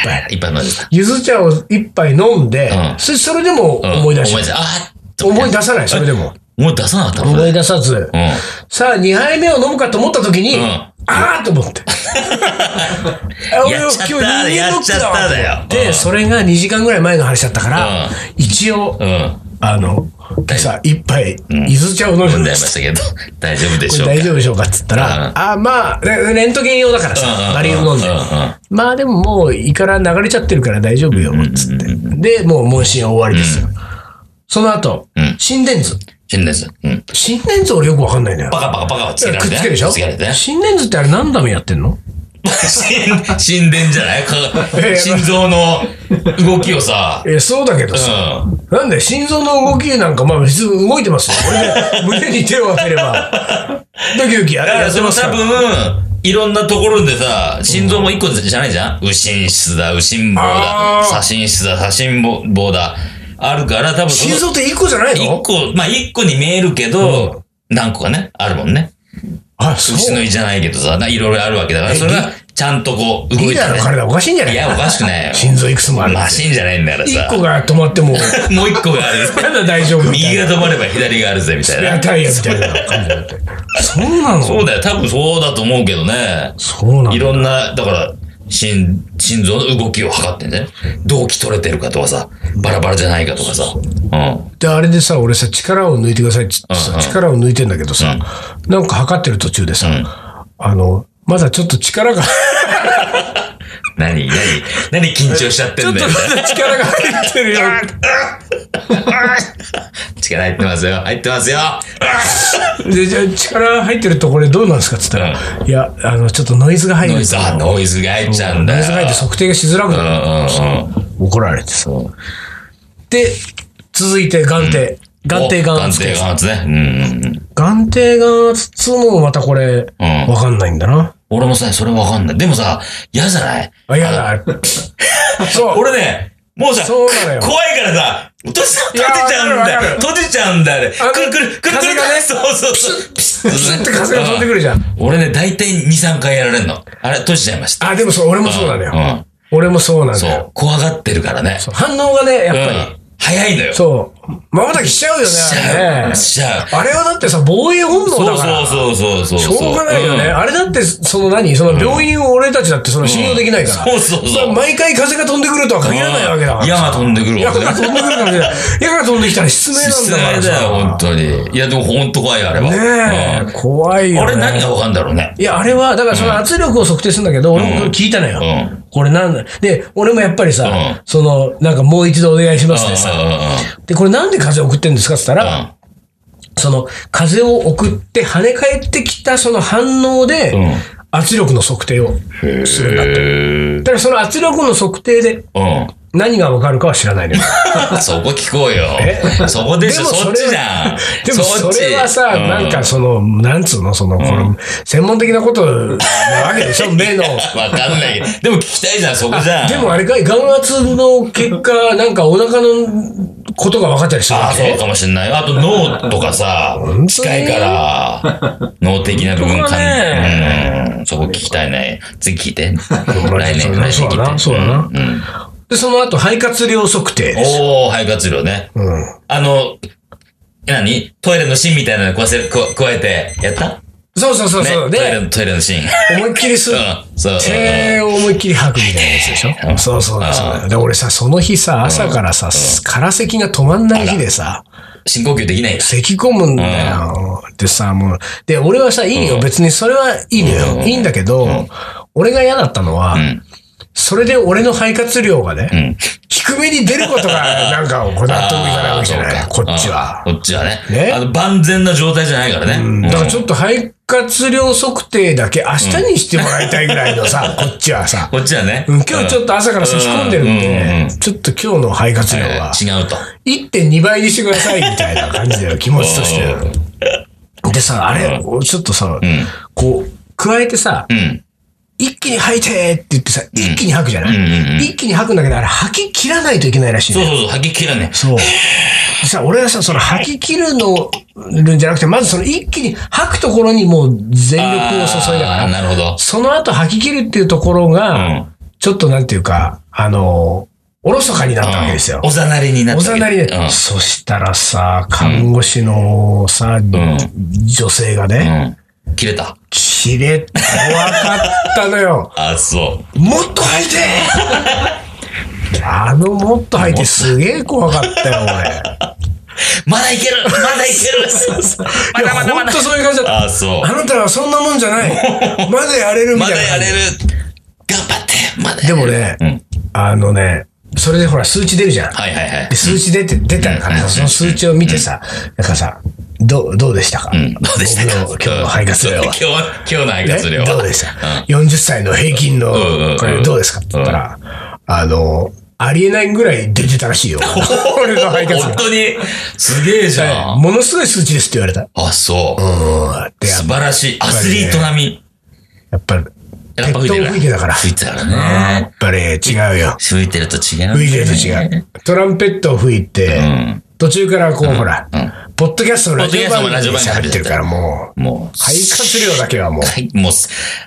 Speaker 1: 杯。
Speaker 2: いっぱい飲んじゃっ
Speaker 1: ゆず茶を一杯飲んで、
Speaker 2: うん
Speaker 1: そそれでも
Speaker 2: た。うん
Speaker 1: 思い出し
Speaker 2: 思い
Speaker 1: ない
Speaker 2: 出あー
Speaker 1: 思い出さない、それでも。
Speaker 2: 思い出さなかったのそ
Speaker 1: 思
Speaker 2: れ
Speaker 1: い出さず、
Speaker 2: うん。
Speaker 1: さあ、2杯目を飲むかと思った時に、
Speaker 2: うん
Speaker 1: ああーと思 って。あドック
Speaker 2: やっちゃった
Speaker 1: わ
Speaker 2: やっちゃっただよう
Speaker 1: で、
Speaker 2: ん
Speaker 1: それが2時間ぐらい前の話だったから、
Speaker 2: うん
Speaker 1: 一応、
Speaker 2: うん。
Speaker 1: あの、今朝一杯、ゆず茶を飲んで
Speaker 2: 飲
Speaker 1: ま
Speaker 2: んじゃいま
Speaker 1: した
Speaker 2: したけど、 大丈夫でしょうか。
Speaker 1: 大丈夫でしょうかっつったら、
Speaker 2: うん
Speaker 1: あまあ、レレントゲン用だからさ、
Speaker 2: うんうん
Speaker 1: バリウム飲んで、
Speaker 2: うんうん
Speaker 1: まあでももう胃から流れちゃってるから大丈夫よ、っつって。で、もう問診は終わりですよ。その後、
Speaker 2: うん
Speaker 1: 心電図。
Speaker 2: 心電図。うん。
Speaker 1: 心電図俺よくわかんないんだよ。
Speaker 2: バカバカバカはつ
Speaker 1: く
Speaker 2: け
Speaker 1: っ
Speaker 2: られてね。
Speaker 1: つけるでしょ
Speaker 2: つけられて ね。
Speaker 1: 心電図ってあれ何のためにやってんの
Speaker 2: 心心電じゃないか
Speaker 1: ええ
Speaker 2: 心臓の動きをさ、
Speaker 1: え、そうだけど
Speaker 2: う
Speaker 1: さ、
Speaker 2: ん。
Speaker 1: なんで心臓の動きなんかまあ別に動いてます よ。これで胸に手を当てれば、ドキドキや
Speaker 2: だから
Speaker 1: やっ
Speaker 2: そ
Speaker 1: て
Speaker 2: の
Speaker 1: ますか
Speaker 2: 多
Speaker 1: ら。
Speaker 2: 分、いろんなところでさ、心臓も一個じゃないじゃん右心室だ、右心房
Speaker 1: あ
Speaker 2: だ、
Speaker 1: ー
Speaker 2: 左心室だ、左心房だ。あるから、多分そ
Speaker 1: 心
Speaker 2: の
Speaker 1: 臓って一個じゃない
Speaker 2: 一
Speaker 1: の
Speaker 2: 個、まあ一個に見えるけど、何個かね、あるもんね。
Speaker 1: あ、そう。
Speaker 2: 牛の胃じゃないけどさ、ないろいろあるわけだから、
Speaker 1: え
Speaker 2: それがちゃんとこう動
Speaker 1: リ
Speaker 2: い
Speaker 1: ーダ
Speaker 2: た
Speaker 1: ーの
Speaker 2: ね。
Speaker 1: 体おかしいんじゃない
Speaker 2: いや、おかしくないよ。
Speaker 1: 心臓いくつもあるって
Speaker 2: マシンじゃないんだから
Speaker 1: 一
Speaker 2: さ。
Speaker 1: 個が止まって も、
Speaker 2: もう一個がある。
Speaker 1: まだ大丈夫みたい
Speaker 2: 右
Speaker 1: な。
Speaker 2: が止まれば左があるぜ、みたい
Speaker 1: や
Speaker 2: な。
Speaker 1: たいやみたいな感じだった。そうなの
Speaker 2: そうだよ、多分そうだと思うけどね。
Speaker 1: そうないの
Speaker 2: ろんな、だから、心、心臓の動きを測ってね。動機取れてるかとかさ、バラバラじゃないかとかさ。うん。
Speaker 1: で、あれでさ、俺さ、力を抜いてくださいって言って
Speaker 2: うんう
Speaker 1: さ、
Speaker 2: ん
Speaker 1: 力を抜いてんだけどさ、なんか測ってる途中でさ、
Speaker 2: うん
Speaker 1: あの、まだちょっと力が、ち
Speaker 2: 何、何、何緊張しちゃって
Speaker 1: ょ
Speaker 2: ん
Speaker 1: っ
Speaker 2: だ
Speaker 1: と
Speaker 2: よ。
Speaker 1: まだ力が入ってるよ。
Speaker 2: 力入ってますよ、入ってますよ。
Speaker 1: で、じゃあ力入ってるとこれどうなんですかって言ったら、いや、あの、ちょっとノイズが入る
Speaker 2: ノイズ、あ、ノイズが入っちゃうんだ
Speaker 1: ノイ
Speaker 2: よ。
Speaker 1: ズが入って測定がしづらく
Speaker 2: うん
Speaker 1: なる。
Speaker 2: うんうん。
Speaker 1: 怒られてさ。
Speaker 2: そう。
Speaker 1: で、続いて眼底。眼底眼圧計
Speaker 2: 眼底眼圧ね。うんうんうん。
Speaker 1: 眼底眼圧っつうのもまたこれ、
Speaker 2: うん
Speaker 1: わかんないんだな。
Speaker 2: 俺もさ、それわかんない。でもさ、嫌じゃない
Speaker 1: あ、やだ。 そう。
Speaker 2: 俺ね、もうさ、
Speaker 1: そうなのよ
Speaker 2: 怖いからさ、閉じ
Speaker 1: いや
Speaker 2: 閉じちゃうん
Speaker 1: わかるわ
Speaker 2: だ
Speaker 1: か
Speaker 2: よ。
Speaker 1: る
Speaker 2: 閉じちゃうんだよ、ね。
Speaker 1: あの
Speaker 2: くるくる、くるく
Speaker 1: 風
Speaker 2: る。
Speaker 1: がね
Speaker 2: そうそうそう。ピシ
Speaker 1: ず
Speaker 2: ッ
Speaker 1: っと風が飛んでくるじゃん。
Speaker 2: 俺ね、大体2、3回やられんの。あれ、閉じちゃいました。
Speaker 1: あ、でもそう、俺もそうなのよ。
Speaker 2: うん。
Speaker 1: 俺もそうなん
Speaker 2: そ
Speaker 1: だよ。
Speaker 2: う。怖がってるからね。
Speaker 1: 反応がね、やっ
Speaker 2: う
Speaker 1: ぱり。
Speaker 2: ん。早いのよ。
Speaker 1: そう。瞬きしちゃうよね、
Speaker 2: しち
Speaker 1: あれ
Speaker 2: ゃ
Speaker 1: ね
Speaker 2: う。。しちゃう。
Speaker 1: あれはだってさ、防衛本能
Speaker 2: そ
Speaker 1: だ
Speaker 2: う
Speaker 1: か
Speaker 2: そう
Speaker 1: ら。
Speaker 2: そうそうそう。
Speaker 1: しょうがないよね。
Speaker 2: ん
Speaker 1: あれだって、その何その病院を俺たちだってその信用できないから。
Speaker 2: うんそうそうそう
Speaker 1: だから毎回風が飛んでくるとは限らないわけだから。
Speaker 2: 矢が飛んでくる
Speaker 1: 矢
Speaker 2: わけだ
Speaker 1: が飛んでくるかもしれない。矢が飛んできたら失明なん
Speaker 2: 失
Speaker 1: だから
Speaker 2: 礼だよ、本
Speaker 1: さ。
Speaker 2: 当に。いや、でも本当怖いよ、あれは。
Speaker 1: ねえ、怖い
Speaker 2: うん
Speaker 1: よね。
Speaker 2: あれ何がわかんだろうね。
Speaker 1: いや、あれは、だからその圧力を測定するんだけど、俺もこれ聞いたのよ。
Speaker 2: うん
Speaker 1: これなんだで、俺もやっぱりさ、
Speaker 2: うん
Speaker 1: その、なんかもう一度お願いしますって
Speaker 2: う
Speaker 1: さ、
Speaker 2: んうんうん
Speaker 1: で、これなんで風を送ってるんですかって言ったら、
Speaker 2: う
Speaker 1: その、風を送って跳ね返ってきたその反応で、
Speaker 2: うん
Speaker 1: 圧力の測定をするんだって。だからその圧力の測定で
Speaker 2: ん。 うん。
Speaker 1: 何がわかるかは知ら ないのよ。
Speaker 2: そこ聞こうよ。そこでしょ、そっちじゃん。
Speaker 1: でもそれはさ、
Speaker 2: うん
Speaker 1: なんかその、なんつうの、その、この、専門的なことなわけ でしょ、目の。
Speaker 2: わかんないけど。でも聞きたいじゃん、そこじゃん。
Speaker 1: でもあれかい、眼圧の結果、なんかお腹のことが分かったりする
Speaker 2: あ
Speaker 1: わ
Speaker 2: あ、そう
Speaker 1: け
Speaker 2: かもしれない。あと脳とかさ、近いから、脳的な部分
Speaker 1: 本当
Speaker 2: か
Speaker 1: だね
Speaker 2: うん。そこ聞きたいね。次聞いて。
Speaker 1: ん
Speaker 2: 来年、来
Speaker 1: そ
Speaker 2: 年
Speaker 1: うだ
Speaker 2: 聞い
Speaker 1: な
Speaker 2: て。
Speaker 1: そうだな
Speaker 2: うん。
Speaker 1: で、その後、肺活量測定です。
Speaker 2: おー、肺活量ね。
Speaker 1: うん。
Speaker 2: あの、何トイレの芯みたいなの加えこ加えて、やった
Speaker 1: そうそうそうそう。
Speaker 2: ね、トイレ
Speaker 1: で、
Speaker 2: の、トイレの芯。
Speaker 1: 思いっきり吸う。
Speaker 2: うん、そう。
Speaker 1: 手を思いっきり吐くみたいなやつでし
Speaker 2: う
Speaker 1: ょ
Speaker 2: ん
Speaker 1: そうそうだそうだ。で、俺さ、その日さ、朝からさ、空咳が止まんない日でさ、
Speaker 2: 深呼吸できないんだ。
Speaker 1: 咳込むんだよ。でさ、もう、で、俺はさ、いいよ。別にそれはいいのよ。いいんだけど、俺が嫌だったのは
Speaker 2: ん、
Speaker 1: それで俺の肺活量がね、
Speaker 2: うん。
Speaker 1: 低めに出ることが、なんか、こだともいかないわけじゃな
Speaker 2: あ
Speaker 1: い。
Speaker 2: ー
Speaker 1: こっち。
Speaker 2: そう
Speaker 1: は。
Speaker 2: かうんこっちはね。
Speaker 1: ね
Speaker 2: あの、万全な状態じゃないからね。
Speaker 1: うん
Speaker 2: う
Speaker 1: だ
Speaker 2: ん
Speaker 1: からちょっと肺活量測定だけ明日にしてもらいたいぐらいのさ、こっちはさ。
Speaker 2: こっちはね。
Speaker 1: うん今日ちょっと朝から差し込んでるん
Speaker 2: うんうんう
Speaker 1: で
Speaker 2: ん、
Speaker 1: ちょっと今日の肺活
Speaker 2: うん
Speaker 1: 量は
Speaker 2: 違うと。
Speaker 1: 1.2倍にしてくださ いみたいな感じだよ、気持ちとしては。でさ、あれ、ちょっとさ
Speaker 2: ん、
Speaker 1: こう、加えてさ
Speaker 2: う、ん。
Speaker 1: 一気に吐いてって言ってさ、一気に吐くじゃない、
Speaker 2: うんうんうん
Speaker 1: 一気に吐くんだけど、あれ吐き切らないといけないらしい
Speaker 2: そう
Speaker 1: ね。
Speaker 2: そうそう、吐き切らね。
Speaker 1: そう。でさ、俺はさ、その吐き切るの、るんじゃなくて、まずその一気に吐くところにもう全力を注いだか
Speaker 2: あー
Speaker 1: ら、
Speaker 2: なるほど。
Speaker 1: その後吐き切るっていうところ
Speaker 2: う
Speaker 1: が
Speaker 2: ん、
Speaker 1: ちょっとなんていうか、あの、おろそかになったわけですよ
Speaker 2: うん。おざなりになった
Speaker 1: お
Speaker 2: わけ。
Speaker 1: ざなりで、
Speaker 2: うん
Speaker 1: そしたらさ、看護師のさ、女性がね、
Speaker 2: うん。切れた。
Speaker 1: しれっと怖かったのよ。
Speaker 2: あ、そう。
Speaker 1: もっと吐いてあのもっと吐いてすげえ怖かったよ、俺。
Speaker 2: まだいけるまだいけ る まだまだ
Speaker 1: いやほ
Speaker 2: ま
Speaker 1: ん
Speaker 2: だ
Speaker 1: とそういう感じだっ
Speaker 2: あ、そう
Speaker 1: た。あ。なたはそんなもんじゃ ない。まだやれるみ
Speaker 2: ま
Speaker 1: たいな
Speaker 2: だ
Speaker 1: 感じ。
Speaker 2: やれる。頑張って。まだ
Speaker 1: で
Speaker 2: や
Speaker 1: も
Speaker 2: れる。
Speaker 1: ね、
Speaker 2: うん。
Speaker 1: あのね、それでほら数値出るじゃん。
Speaker 2: はいはいはい
Speaker 1: で。数値出て、出たからさ、その数値を見てさ、なんかさ、どう、どうでしたか
Speaker 2: うん。どうでしたか
Speaker 1: 僕の今日の肺活量は
Speaker 2: 今。日は、今日の肺
Speaker 1: ね
Speaker 2: 活量は。
Speaker 1: どうでした、?40 歳の平均の
Speaker 2: んうんうん、
Speaker 1: これどうですかって言ったら、あの、ありえないぐらい出てたら しいよ。俺の肺活
Speaker 2: 本当に、すげえじゃ
Speaker 1: 量。
Speaker 2: ん。
Speaker 1: ものすごい数値ですって言われた。
Speaker 2: あ、そうう。
Speaker 1: ん。で、
Speaker 2: 素晴らしい。アスリート並み。
Speaker 1: やっぱり、
Speaker 2: やっぱ
Speaker 1: 鉄
Speaker 2: 吹
Speaker 1: 塔
Speaker 2: い
Speaker 1: 吹
Speaker 2: て
Speaker 1: いて
Speaker 2: る
Speaker 1: たから。
Speaker 2: 吹いてたか
Speaker 1: や
Speaker 2: らね。
Speaker 1: っぱり違うよ。
Speaker 2: 吹いてると違う。
Speaker 1: 吹いてると違。う。トランペットを吹いて、
Speaker 2: ん
Speaker 1: 途中からこう、ほら、ポッドキャストのラジオ番
Speaker 2: ポッドキャストのラ
Speaker 1: 組で喋
Speaker 2: ジオ番組
Speaker 1: ってるから、もう、
Speaker 2: もう、
Speaker 1: 肺活量だけはもう、
Speaker 2: はい、もう、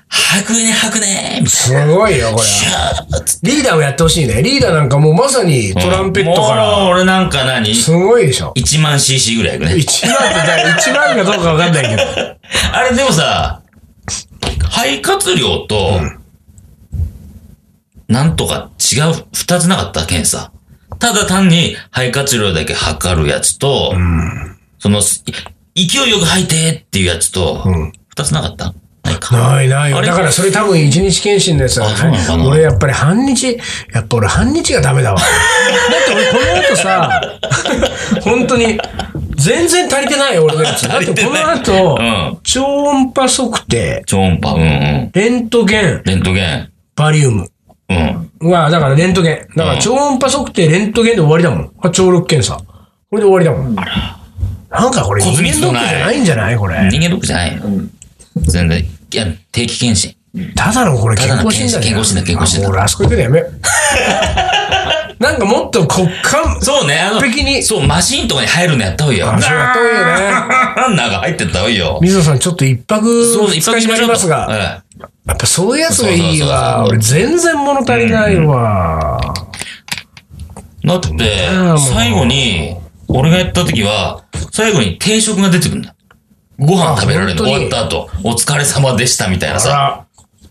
Speaker 2: 吐くね、吐くね、みたい
Speaker 1: すごいよ、これ。
Speaker 2: な。
Speaker 1: リーダーをやってほしいね。リーダーなんかもうまさにトランペットから、
Speaker 2: もう、俺なんか何
Speaker 1: すごいでしょ。
Speaker 2: ?1 万 cc ぐらいいくね。
Speaker 1: 1万って誰、1万かどうかわかんないけど。
Speaker 2: あれでもさ、肺活量と、なんとか違う、二つなかった検査。ただ単に肺活量だけ測るやつと、その、す勢いよく吐いてっていうやつと、二つなかったないか。
Speaker 1: ないない
Speaker 2: あ
Speaker 1: よ。
Speaker 2: れ
Speaker 1: だからそれ多分一日検診のやつだ
Speaker 2: あそうなのかな
Speaker 1: 俺やっぱり半日、やっぱ俺半日がダメ だわ。だって俺この後 さ、本当に、全然足りてないよ俺のやつ。だっ
Speaker 2: 足
Speaker 1: て
Speaker 2: りて
Speaker 1: こ
Speaker 2: ない
Speaker 1: の後、
Speaker 2: うん
Speaker 1: 超音波測定、
Speaker 2: 超音波、うんうん。
Speaker 1: レントゲン、
Speaker 2: レントゲン。
Speaker 1: バリウム。
Speaker 2: うん。
Speaker 1: は、だからレントゲン。だから超音波測定、レントゲンで終わりだもん。あ聴力検査。これで終わりだもん。なんかこれ人
Speaker 2: 骨
Speaker 1: 間
Speaker 2: 密
Speaker 1: ドック
Speaker 2: 度ない
Speaker 1: じゃないんじゃないこれ。
Speaker 2: 人間ドックじゃないよ。全然。いや、定期検診。
Speaker 1: ただのこれ健康診断じゃん
Speaker 2: ただの健康診断健康診断
Speaker 1: あもう俺あそこ行くのやめよ うなんかもっと骨幹、
Speaker 2: そうね、あの、
Speaker 1: 完璧に
Speaker 2: そう、マシンとかに入るのやった方がいいよ。
Speaker 1: あそうやった方がいいよね
Speaker 2: ランナーが入ってった方がいいよ。
Speaker 1: 水野さんちょっと一泊
Speaker 2: そう、一
Speaker 1: 使
Speaker 2: 泊
Speaker 1: い
Speaker 2: し
Speaker 1: に
Speaker 2: ま
Speaker 1: な
Speaker 2: し
Speaker 1: り
Speaker 2: ょうと。
Speaker 1: ますが、
Speaker 2: ええ
Speaker 1: やっぱそういうやつがいいわ。
Speaker 2: そうそうそうそう
Speaker 1: 俺全然物足りないわ。
Speaker 2: だって
Speaker 1: もう、
Speaker 2: 最後に、俺がやった時は、最後に定食が出てくるんだ。ご飯食べられるの
Speaker 1: あ
Speaker 2: 終わ
Speaker 1: 本
Speaker 2: っ
Speaker 1: 当
Speaker 2: た後、お疲れ様でしたみたいな
Speaker 1: あ
Speaker 2: さ。
Speaker 1: ら、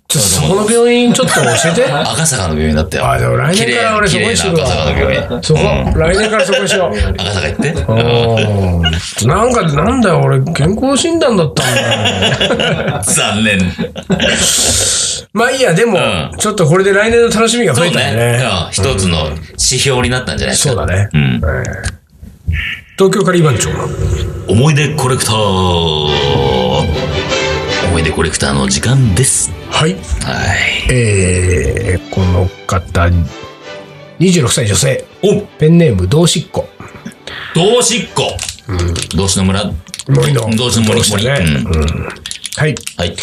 Speaker 1: ちょっとそこの病院ちょっと教え て。
Speaker 2: 赤坂の病院だったよ。
Speaker 1: あ、でも来
Speaker 2: 綺
Speaker 1: 年
Speaker 2: 麗
Speaker 1: から俺そこにし
Speaker 2: 綺
Speaker 1: よ
Speaker 2: 麗
Speaker 1: う
Speaker 2: な
Speaker 1: わ。
Speaker 2: 赤坂の病院。
Speaker 1: そこ、
Speaker 2: うん
Speaker 1: 来年からそこにしよう。
Speaker 2: 赤坂行って。
Speaker 1: うんなんか、なんだよ、俺、健康診断だったんだよ。
Speaker 2: 残念。
Speaker 1: まあいいや、でも、
Speaker 2: うん
Speaker 1: ちょっとこれで来年の楽しみが増
Speaker 2: そう
Speaker 1: えたね。
Speaker 2: ね。うん一つの指標になったんじゃないです
Speaker 1: そう
Speaker 2: か。
Speaker 1: だね。
Speaker 2: ん
Speaker 1: えー東京カリバン町の。
Speaker 2: 思い出コレクター思い出コレクターの時間です。
Speaker 1: はい。
Speaker 2: はい。
Speaker 1: えー、この方、26歳女性。
Speaker 2: お
Speaker 1: ペンネーム、同志っ子。
Speaker 2: 同志っ子。同志の村。
Speaker 1: 森の
Speaker 2: 同志の森。
Speaker 1: 同志
Speaker 2: 森。
Speaker 1: だね
Speaker 2: うん
Speaker 1: はい。
Speaker 2: はい。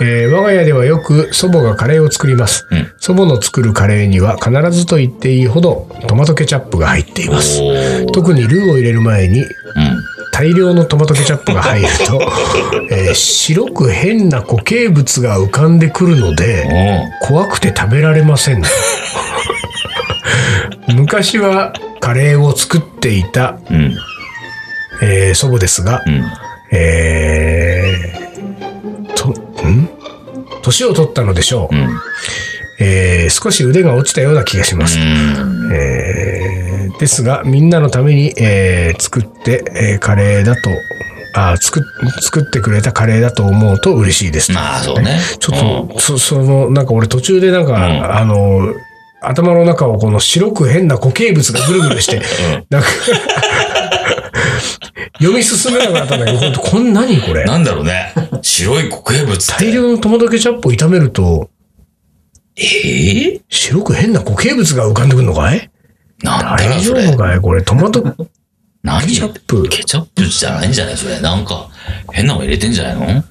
Speaker 1: えー我が家ではよく祖母がカレーを作ります、
Speaker 2: ん
Speaker 1: 祖母の作るカレーには必ずと言っていいほどトマトケチャップが入っています
Speaker 2: おー
Speaker 1: 特にルーを入れる前に
Speaker 2: うん。
Speaker 1: 大量のトマトケチャップが入る と、えー白く変な固形物が浮かんでくるので
Speaker 2: お
Speaker 1: 怖くて食べられませ ん昔はカレーを作っていた、
Speaker 2: ーうん。
Speaker 1: えー祖母ですが、
Speaker 2: うん。
Speaker 1: えーとん年を取ったのでしょう、
Speaker 2: うん。
Speaker 1: えー少し腕が落ちたような気がします。
Speaker 2: うん。
Speaker 1: えーですが、みんなのために、えー作って、えーカレーだと、あ作っ、作ってくれたカレーだと思うと嬉しいです。
Speaker 2: まあ、そうね。
Speaker 1: ちょっと、そ、その、なんか俺途中でなんか、あの、頭の中をこの白く変な固形物がぐるぐるして、 なんか読み進めなくなったんだけど、ほんとこんなにこれ
Speaker 2: うん。。なんだろうね。白い固形物って。
Speaker 1: 大量のトマトケチャップを炒めると、
Speaker 2: ええ
Speaker 1: 白く変な固形物が浮かんでくるのかい
Speaker 2: なんだろ
Speaker 1: 大
Speaker 2: う、
Speaker 1: 丈
Speaker 2: それ
Speaker 1: 夫。かいこれ、トマト
Speaker 2: 何
Speaker 1: ケチャップ
Speaker 2: ケチャップじゃないんじゃないそれ。なんか、変なの入れてんじゃないの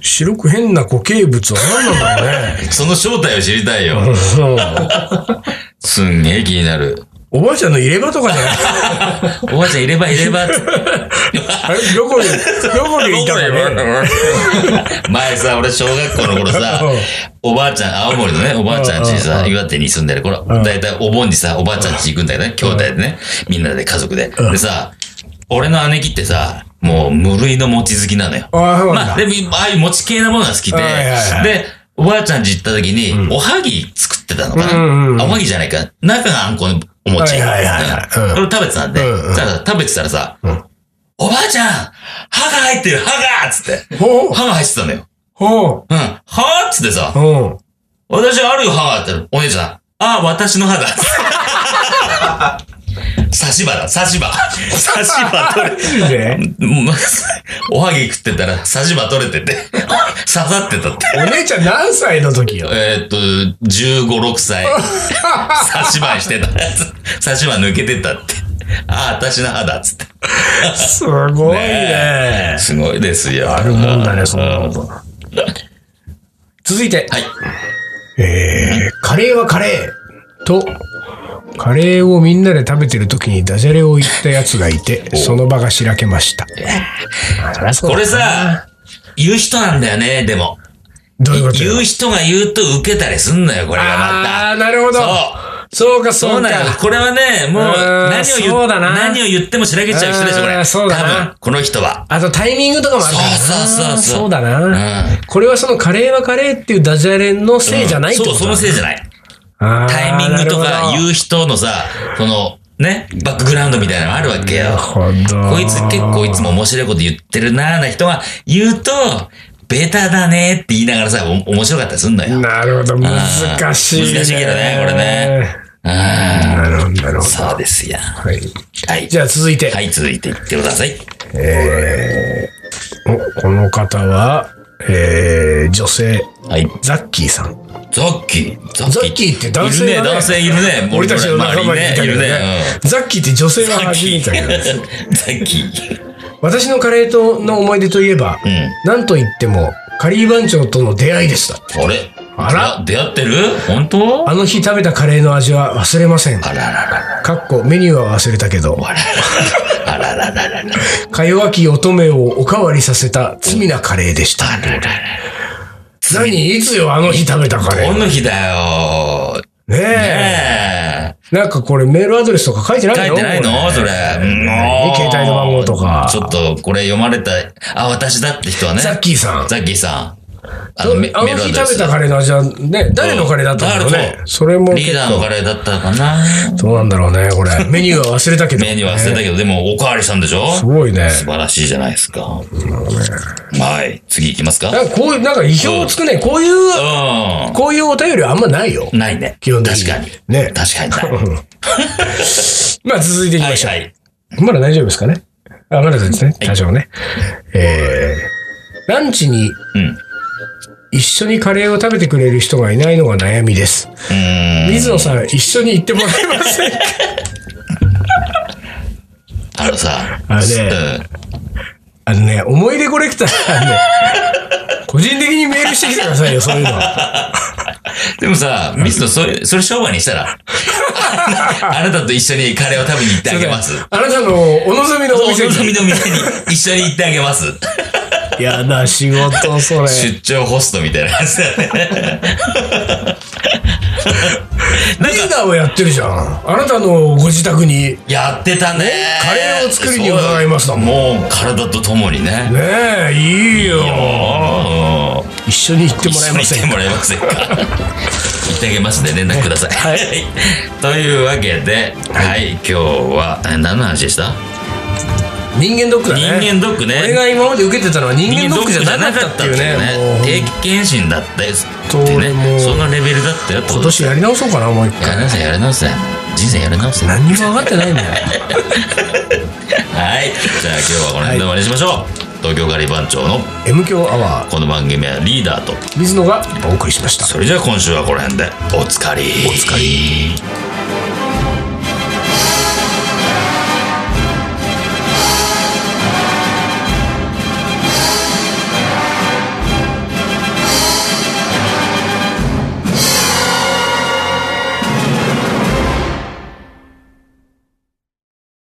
Speaker 1: 白く変な固形物は何なんだろうね。
Speaker 2: その正体を知りたいよ。すんげえ気になる。
Speaker 1: おばあちゃんの入れ歯とかじゃない
Speaker 2: おばあちゃんいればいれば。
Speaker 1: あれどこに、どこにいたかね。
Speaker 2: 前さ、俺小学校の頃さ
Speaker 1: うん、
Speaker 2: おばあちゃん、青森のね、おばあちゃん家にさ、岩手に住んでる頃、だいたいお盆にさ、おばあちゃん家行くんだよね、兄弟でね、みんなで家族で。でさ、俺の姉貴ってさ、もう無類の餅好きなのよ。
Speaker 1: ああ、そう
Speaker 2: ま
Speaker 1: な
Speaker 2: あ、
Speaker 1: んだ
Speaker 2: で。も、ああいう餅系なものが好きで、
Speaker 1: はいはいはい
Speaker 2: で、おばあちゃん家行った時に、おはぎ作ってたのかな、
Speaker 1: うんうんうん
Speaker 2: あおはぎじゃないか。中があんこのお餅。
Speaker 1: はいはいはいはいうん
Speaker 2: うんこれ食べてたんで、
Speaker 1: うんうん
Speaker 2: ただ食べてたらさ、おばあちゃん歯が入ってる歯がつって、
Speaker 1: ほう、
Speaker 2: 歯が入ってたのよ。
Speaker 1: ほ
Speaker 2: うん。歯っつってさ
Speaker 1: う、、うん。
Speaker 2: 私あるよ歯がって言ったらお姉ちゃん、ああ、私の歯だ っつって。刺し歯だ、刺し歯。刺し歯取れ、
Speaker 1: いいね。
Speaker 2: うん おはぎ食ってたら、さじば取れて て、刺さってたって。
Speaker 1: お姉ちゃん何歳の時よ。
Speaker 2: えーっと、15、6歳、 刺し歯してた。 刺し歯抜けてたって。ああ、私の歯だっつって。
Speaker 1: すごい
Speaker 2: え
Speaker 1: ね
Speaker 2: ー。すごいですよ。
Speaker 1: あるもんだね、そんなこと。続いて。
Speaker 2: はい。
Speaker 1: えー、カレーはカレーと、カレーをみんなで食べてる時にダジャレを言ったやつがいて、その場がしらけました。あそりゃそう
Speaker 2: こ
Speaker 1: だ
Speaker 2: れさ、言う人なんだよね、でも。
Speaker 1: どういうことよ
Speaker 2: 言う人が言うと受けたりすんのよ、これがまた。
Speaker 1: ああ、なるほど。そうか、
Speaker 2: そ
Speaker 1: そうう
Speaker 2: なの。
Speaker 1: か。
Speaker 2: これはね、もう
Speaker 1: うーん
Speaker 2: 何を言
Speaker 1: そう
Speaker 2: っ
Speaker 1: だな
Speaker 2: 何を言ってもしらけちゃう人でしょ、こ
Speaker 1: うー
Speaker 2: れ。
Speaker 1: んそうだな
Speaker 2: 多分、この人は。
Speaker 1: あとタイミングとかもあるからな。
Speaker 2: そうそうそうそう
Speaker 1: だな。
Speaker 2: うん
Speaker 1: これはそのカレーはカレーっていうダジャレのせいじゃないってこと
Speaker 2: そう、そのせいじゃない。
Speaker 1: あー
Speaker 2: タイミングと
Speaker 1: なる
Speaker 2: か
Speaker 1: ほど
Speaker 2: 言う人のさ、その、ね、バックグラウンドみたいなのあるわけよ。
Speaker 1: ほど
Speaker 2: こいつ結構いつも面白いこと言ってるなーな人が言うと、ベタだねって言いながらさ、お面白かったりすんのよ。
Speaker 1: なるほど、難しい、ね。
Speaker 2: 難しいけどねこれね。あ
Speaker 1: なるほど、なるほ
Speaker 2: ーそうですよ。
Speaker 1: ど。はい。
Speaker 2: はい。
Speaker 1: じゃあ続いて、
Speaker 2: はい、続いていってください。
Speaker 1: おこの方は、えー、女性、
Speaker 2: はい。
Speaker 1: ザッキーさん。
Speaker 2: ザッキー。ザ
Speaker 1: ザッキーって男性
Speaker 2: い
Speaker 1: が
Speaker 2: るね、
Speaker 1: ね
Speaker 2: 男性いるね。
Speaker 1: 俺たちの仲間にいたけ
Speaker 2: 周りにねい
Speaker 1: ど
Speaker 2: る
Speaker 1: ね。
Speaker 2: ね。うん
Speaker 1: ザッキーって女性が
Speaker 2: ザッ
Speaker 1: 初
Speaker 2: キ
Speaker 1: め
Speaker 2: ー。
Speaker 1: てだけど。
Speaker 2: ザッキー。
Speaker 1: 私のカレーとの思い出といえば、
Speaker 2: う
Speaker 1: なんといっても、カリー番長との出会いでした。
Speaker 2: ん。あれ
Speaker 1: あら
Speaker 2: 出会ってる本当
Speaker 1: あの日食べたカレーの味は忘れません。
Speaker 2: あらららら。
Speaker 1: かっこメニューは忘れたけど、
Speaker 2: あららららら。
Speaker 1: か弱き乙女をおかわりさせた罪なカレーでした。
Speaker 2: あららら
Speaker 1: 何いつよ、あの日食べたカレー。
Speaker 2: ら。こ
Speaker 1: ね
Speaker 2: の日だよ。
Speaker 1: え。
Speaker 2: ねえ。
Speaker 1: なんかこれメールアドレスとか書いてないの
Speaker 2: 書いてないのそれ。も
Speaker 1: 何携帯の番号とか
Speaker 2: ちょっと、これ読まれた、あ、私だって人はね。
Speaker 1: ザッキーさん。
Speaker 2: ザッキーさん。あ
Speaker 1: あの日食べたカレーの味はね、誰のカレーだったんだろう
Speaker 2: 誰
Speaker 1: ね
Speaker 2: そ。う
Speaker 1: それも
Speaker 2: リー
Speaker 1: 結
Speaker 2: ダーの
Speaker 1: 構、
Speaker 2: カレーだったのかな
Speaker 1: どうなんだろうね、こ れ。メニューは忘れたけど。
Speaker 2: メニュー忘れた
Speaker 1: ね
Speaker 2: けど、でもおかわりしたんでしょ
Speaker 1: すごいね。
Speaker 2: 素晴らしいじゃないですか。はい。次行きますか
Speaker 1: なんかこういう、なんか意表をつくね。こういう、
Speaker 2: う
Speaker 1: こういうお便りはあんまないよ
Speaker 2: ん。。ないね。
Speaker 1: 基本的に
Speaker 2: 確かに。
Speaker 1: ね
Speaker 2: 確かにない。
Speaker 1: まあ続いていき
Speaker 2: は
Speaker 1: ま
Speaker 2: い
Speaker 1: しょう
Speaker 2: は。い。
Speaker 1: まだ大丈夫ですかねあ、まだですね。多少ね。えー、ランチに
Speaker 2: うん。う
Speaker 1: 一緒にカレーを食べてくれる人がいないのが悩みです。
Speaker 2: ーん。
Speaker 1: 水野さん、一緒に行ってもらえませんか
Speaker 2: あのさ、
Speaker 1: あれ
Speaker 2: う
Speaker 1: あのね、思い出コレクターさん ね、個人的にメールしてきてくださいよ、そういうの。
Speaker 2: んでもさ、ミスのそれ、それ商売にし たら、あなたと一緒にカレーを食べに行ってあげます。
Speaker 1: あなたのお望みのお
Speaker 2: お
Speaker 1: 店
Speaker 2: 望
Speaker 1: に。
Speaker 2: みの店に一緒に行ってあげます。
Speaker 1: やだ、仕事、それ。
Speaker 2: 出張ホストみたいなやつだね。
Speaker 1: リーダーをやってるじゃん。あなたのご自宅に。
Speaker 2: やってたね。
Speaker 1: カレーを作りに伺いましたもん
Speaker 2: もう体とともにね。
Speaker 1: ねえ、いいよ。
Speaker 2: ああ。
Speaker 1: 一緒に行ってもらえません
Speaker 2: 一緒に行ってもらえませんか言ってあげますね連絡くださ
Speaker 1: は
Speaker 2: い、
Speaker 1: い
Speaker 2: というわけで、はい今日はえ何の話でした、
Speaker 1: 人間ドックだね。
Speaker 2: 人間ドック
Speaker 1: 俺
Speaker 2: ね
Speaker 1: が今まで受けてたのは人間ドックじゃなかったっていうね。もう
Speaker 2: 定期検診だったよって
Speaker 1: 当俺も
Speaker 2: ね
Speaker 1: う
Speaker 2: そのレベルだったよっ
Speaker 1: 今
Speaker 2: てこと
Speaker 1: 年やり直そうかな、もう一
Speaker 2: や
Speaker 1: 回。
Speaker 2: り直せやり直せ人生やり直せはい
Speaker 1: 何にも分かって ないんだよ。
Speaker 2: じゃあ今日はこの辺で終わりにしましょう、東京ガリ番長の
Speaker 1: M 強アワ
Speaker 2: この番組はリーダーと
Speaker 1: ー、水野がお送りしました。
Speaker 2: それじゃあ今週はこの辺でおつかりおつかり